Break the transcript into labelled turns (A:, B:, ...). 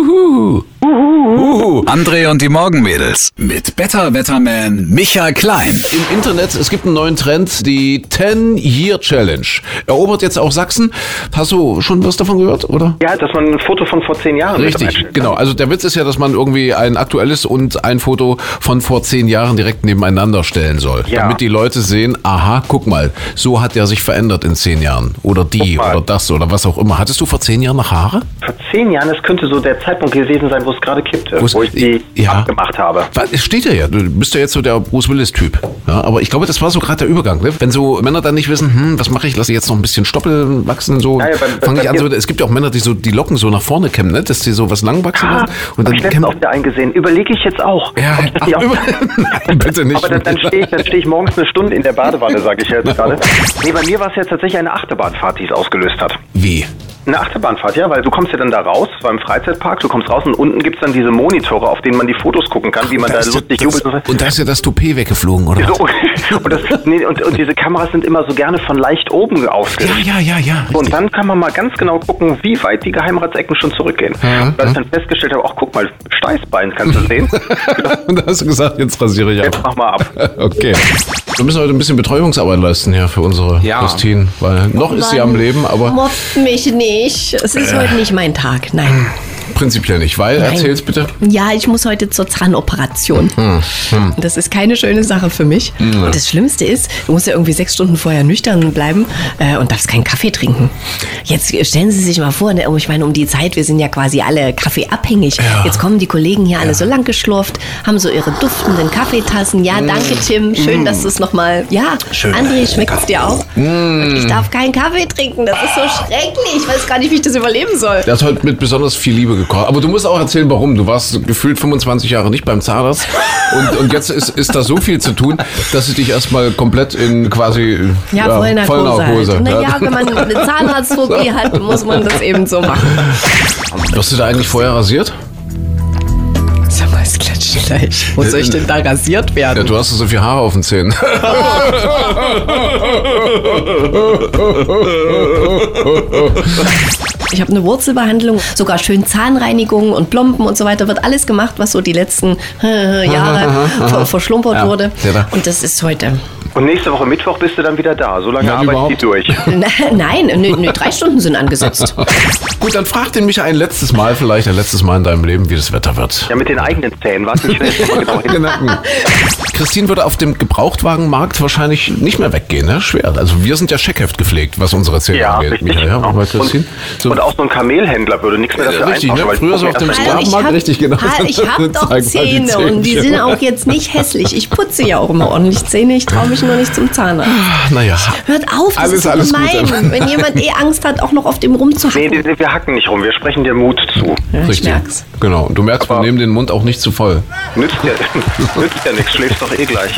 A: Uhu. Uhu. André und die Morgenmädels mit Better Wetterman Micha Klein.
B: Im Internet, es gibt einen neuen Trend, die 10-Year-Challenge. Erobert jetzt auch Sachsen. Hast du schon was davon gehört, oder?
C: Ja, dass man ein Foto von vor zehn Jahren mit
B: Richtig,
C: reinstellt.
B: genau. Also der Witz ist ja, dass man irgendwie ein aktuelles und ein Foto von vor zehn Jahren direkt nebeneinander stellen soll.
C: Ja.
B: Damit die Leute sehen, aha, guck mal, so hat der sich verändert in zehn Jahren. Oder die
C: mal.
B: oder das oder was auch immer. Hattest du vor zehn Jahren noch Haare?
C: Vor zehn Jahren, es könnte so der Zeitpunkt gewesen sein, wo es gerade kippte,
B: Wo es-
C: wo ich die
B: ja.
C: abgemacht habe.
B: Weil Es steht ja ja, du bist ja jetzt so der Bruce Willis-Typ. Ja, aber ich glaube, das war so gerade der Übergang. Ne? Wenn so Männer dann nicht wissen, hm, was mache ich, lasse ich jetzt noch ein bisschen Stoppeln wachsen, so
C: Ja, ja, bei- bei-
B: fange ich
C: bei
B: an. So,
C: mir-
B: es gibt ja auch Männer, die so die Locken so nach vorne kämmen, ne? dass die so was lang wachsen lassen. Und
C: Ah, Hab
B: dann
C: ich letztens auf der eingesehen. Überlege ich jetzt auch.
B: Ja,
C: Ob ich das
B: ach,
C: nicht auch-
B: über- Nein, bitte nicht.
C: Aber dann, dann stehe ich, dann steh ich morgens eine Stunde in der Badewanne, sage ich jetzt gerade. Nee, bei mir war es ja tatsächlich eine Achterbahnfahrt, die es ausgelöst hat.
B: Wie?
C: Eine Achterbahnfahrt, ja, weil du kommst ja dann da raus, beim Freizeitpark, du kommst raus und unten gibt's dann diese Monitore, auf denen man die Fotos gucken kann, wie man da,
B: ist ja
C: lustig
B: das,
C: jubelt. und so.
B: und da ist ja das Toupet weggeflogen, oder?
C: So, und, das, nee, und, und diese Kameras sind immer so gerne von leicht oben aufgestellt.
B: Ja, ja, ja, ja.
C: Und dann kann man mal ganz genau gucken, wie weit die Geheimratsecken schon zurückgehen.
B: Ja,
C: Weil ich dann festgestellt habe, ach guck mal, Steißbein kannst du sehen.
B: und da hast du gesagt, jetzt rasiere ich
C: Jetzt
B: ab.
C: mach mal ab.
B: Okay. Wir müssen heute ein bisschen Betreuungsarbeit leisten hier für unsere
D: Ja.
B: Christine, weil noch ist sie
E: Mann,
B: am Leben, aber Äh.
E: Mobbt mich nicht. Es ist heute nicht mein Tag, nein.
B: prinzipiell nicht. Weil, erzähl's bitte.
E: Ja, ich muss heute zur Zahnoperation. Das ist keine schöne Sache für mich. Und das Schlimmste ist, du musst ja irgendwie sechs Stunden vorher nüchtern bleiben äh, und darfst keinen Kaffee trinken. Jetzt stellen Sie sich mal vor, ne, ich meine, um die Zeit, wir sind ja quasi alle kaffeeabhängig. Jetzt kommen die Kollegen hier alle so lang geschlurft, haben so ihre duftenden Kaffeetassen. Ja, danke, Tim. Schön, dass du es nochmal. Ja, André, schmeckt es dir auch? Und ich darf keinen Kaffee trinken. Das ist so schrecklich. Ich weiß gar nicht, wie ich das überleben soll.
B: Der hat heute mit besonders viel Liebe gekocht. Aber du musst auch erzählen, warum. Du warst gefühlt 25 Jahre nicht beim Zahnarzt. Und, und jetzt ist, ist da so viel zu tun, dass sie dich erstmal komplett in quasi
E: Ja, Vollnarkose.
B: Vollnarkose,
E: halt.
B: ja.
E: Naja, wenn man eine Zahnarztphobie hat, muss man das eben so machen.
B: Wirst du da eigentlich vorher rasiert?
E: Sag mal, es klatscht gleich.
B: Äh,
E: Wo soll ich denn da rasiert
B: Ja,
E: werden?
B: du hast so viel Haare auf den Zähnen.
E: Ich habe eine Wurzelbehandlung, sogar schön Zahnreinigung und Plomben und so weiter. Wird alles gemacht, was so die letzten Jahre ver verschlumpert
B: Ja,
E: wurde.
B: ja, da.
E: Und das ist heute.
C: Und nächste Woche Mittwoch bist du dann wieder da. So lange
B: Wann
C: arbeite
B: überhaupt?
C: ich durch.
E: Na, nein, nö, nö, drei Stunden sind angesetzt. Also
B: Gut, dann frag den mich ein letztes Mal vielleicht, ein letztes Mal in deinem Leben, wie das Wetter wird.
C: Ja, mit den eigenen Zähnen. Warte, ich will jetzt mal genau hin.
B: Genau. Christine würde auf dem Gebrauchtwagenmarkt wahrscheinlich nicht mehr weggehen, ne? Schwer. Also wir sind ja Scheckheft gepflegt, was unsere Zähne
C: Ja,
B: angeht.
C: richtig.
B: Michael, ja, aber Christine,
C: und,
B: so-
C: und auch so ein Kamelhändler würde nichts mehr dafür
B: Ja, richtig,
C: einpacken,
B: ne?
C: weil die
B: Früher so auf
C: gucken
B: dem
C: erst
E: Also
C: mal-
B: Sklaven-
E: ich
B: Sklavenmarkt,
E: hab-
B: richtig, genau.
E: Ah, ich habe
B: Zeig
E: doch
B: mal die
E: Zähne und die
B: Zähnchen.
E: sind auch jetzt nicht hässlich. Ich putze ja auch immer ordentlich Zähne. Ich traue mich nur nicht zum Zahnarzt.
B: Naja.
E: Hört auf, das
B: Alles-
E: ist so
B: alles
E: gemein.
B: gut, aber-
E: Wenn jemand eh Angst hat, auch noch auf dem rumzuhacken.
C: Nee, nee, nee, wir hacken nicht rum. Wir sprechen dir Mut zu.
E: ja, ich
B: Richtig.
E: merk's.
B: Genau. Und du merkst, wir
C: Aber-
B: nehmen den Mund auch nicht zu voll.
C: Nützt ja, nützt ja nichts. Schläfst doch eh gleich.